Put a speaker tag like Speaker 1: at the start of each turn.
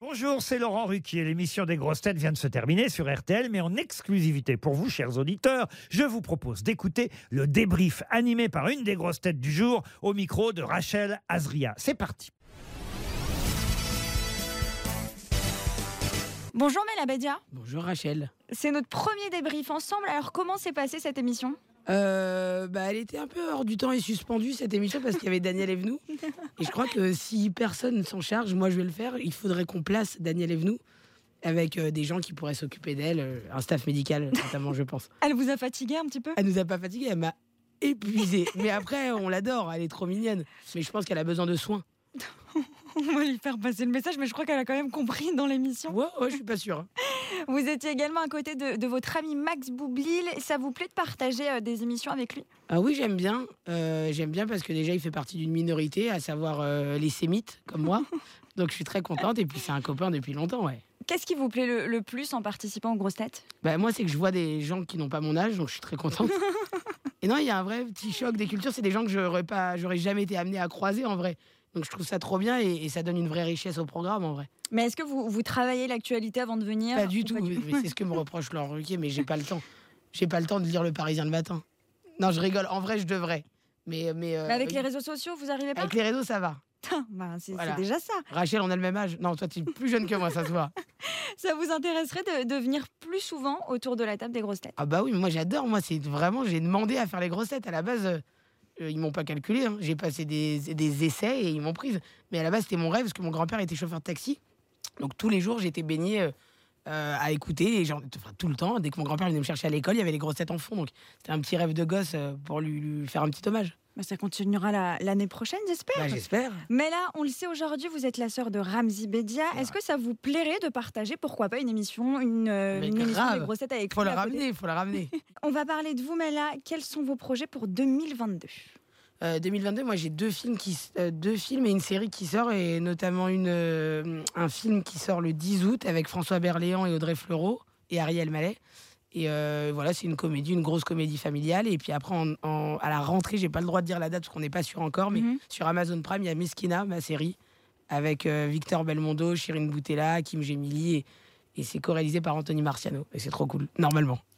Speaker 1: Bonjour, c'est Laurent Ruquier. L'émission des grosses têtes vient de se terminer sur RTL, mais en exclusivité pour vous, chers auditeurs, je vous propose d'écouter le débrief animé par une des grosses têtes du jour au micro de Rachel Azria. C'est parti.
Speaker 2: Bonjour Melabedia,
Speaker 3: Bonjour Rachel.
Speaker 2: c'est notre premier débrief ensemble. Alors comment s'est passée cette émission
Speaker 3: Euh, bah, elle était un peu hors du temps et suspendue cette émission parce qu'il y avait Daniel Evenou. Et je crois que si personne s'en charge, moi je vais le faire. Il faudrait qu'on place Daniel Evenou avec euh, des gens qui pourraient s'occuper d'elle, euh, un staff médical notamment, je pense.
Speaker 2: Elle vous a fatigué un petit peu
Speaker 3: Elle nous a pas fatigués, elle m'a épuisée. Mais après, on l'adore, elle est trop mignonne. Mais je pense qu'elle a besoin de soins.
Speaker 2: On va lui faire passer le message, mais je crois qu'elle a quand même compris dans l'émission.
Speaker 3: Ouais, ouais, je suis pas hein. sûr.
Speaker 2: Vous étiez également à côté de, de votre ami Max Boublil. Ça vous plaît de partager euh, des émissions avec lui
Speaker 3: Ah oui, j'aime bien. Euh, j'aime bien parce que déjà, il fait partie d'une minorité, à savoir euh, les sémites, comme moi. Donc je suis très contente. Et puis c'est un copain depuis longtemps, ouais.
Speaker 2: Qu'est-ce qui vous plaît le, le plus en participant aux grosses têtes
Speaker 3: Bah, moi, c'est que je vois des gens qui n'ont pas mon âge, donc je suis très contente. Et non, il y a un vrai petit choc des cultures. C'est des gens que j'aurais pas, j'aurais jamais été amené à croiser en vrai. Donc je trouve ça trop bien et, et ça donne une vraie richesse au programme en vrai.
Speaker 2: Mais est-ce que vous, vous travaillez l'actualité avant de venir
Speaker 3: Pas du tout. mais C'est ce que me reproche Laurent Ruquier, mais j'ai pas le temps. J'ai pas le temps de lire Le Parisien le matin. Non, je rigole. En vrai, je devrais. Mais mais, euh,
Speaker 2: Mais avec les réseaux sociaux, vous arrivez pas
Speaker 3: avec les réseaux, ça va.
Speaker 2: Putain, bah, c'est c'est
Speaker 3: Voilà.
Speaker 2: déjà ça.
Speaker 3: Rachel, on a le même âge. Non, toi, tu es plus jeune que moi, ça se voit.
Speaker 2: Ça vous intéresserait de, de venir plus souvent autour de la table des grosses têtes
Speaker 3: Ah bah oui, mais moi j'adore. Moi, c'est vraiment, j'ai demandé à faire les grossettes. À la base, euh, euh, ils m'ont pas calculé. hein. J'ai passé des, des essais et ils m'ont prise. Mais à la base, c'était mon rêve parce que mon grand-père était chauffeur de taxi. Donc tous les jours, j'étais baigné euh, euh, à écouter. Et genre, enfin, tout le temps, dès que mon grand-père venait me chercher à l'école, il y avait les grossettes en fond. Donc c'était un petit rêve de gosse euh, pour lui, lui faire un petit hommage.
Speaker 2: Bah, Ça continuera la- l'année prochaine, j'espère.
Speaker 3: Bah, J'espère.
Speaker 2: Mais là, on le sait aujourd'hui, vous êtes la sœur de Ramzi Bedia. Est-ce que ça vous plairait de partager, pourquoi pas, une émission, une, euh,
Speaker 3: Mais
Speaker 2: une émission
Speaker 3: grave.
Speaker 2: de grossettes avec
Speaker 3: Il faut
Speaker 2: lui
Speaker 3: le
Speaker 2: à côté
Speaker 3: ramener, il faut le ramener.
Speaker 2: On va parler de vous, mais là, quels sont vos projets pour 2022
Speaker 3: Euh, 2022, moi j'ai deux films qui s- euh, deux films et une série qui sort et notamment une euh, un film qui sort le 10 août avec François Berléand et Audrey Fleurot et Ariel Mallet. Et euh, voilà, c'est une comédie, une grosse comédie familiale. Et puis après, en- en- à la rentrée, j'ai pas le droit de dire la date parce qu'on n'est pas sûr encore, mais
Speaker 2: Mhm.
Speaker 3: sur Amazon Prime, il y a Meskina, ma série, avec euh, Victor Belmondo, Chirine Boutella, Kim Gemili, et, et c'est co-réalisé par Anthony Marciano. Et c'est trop cool, normalement.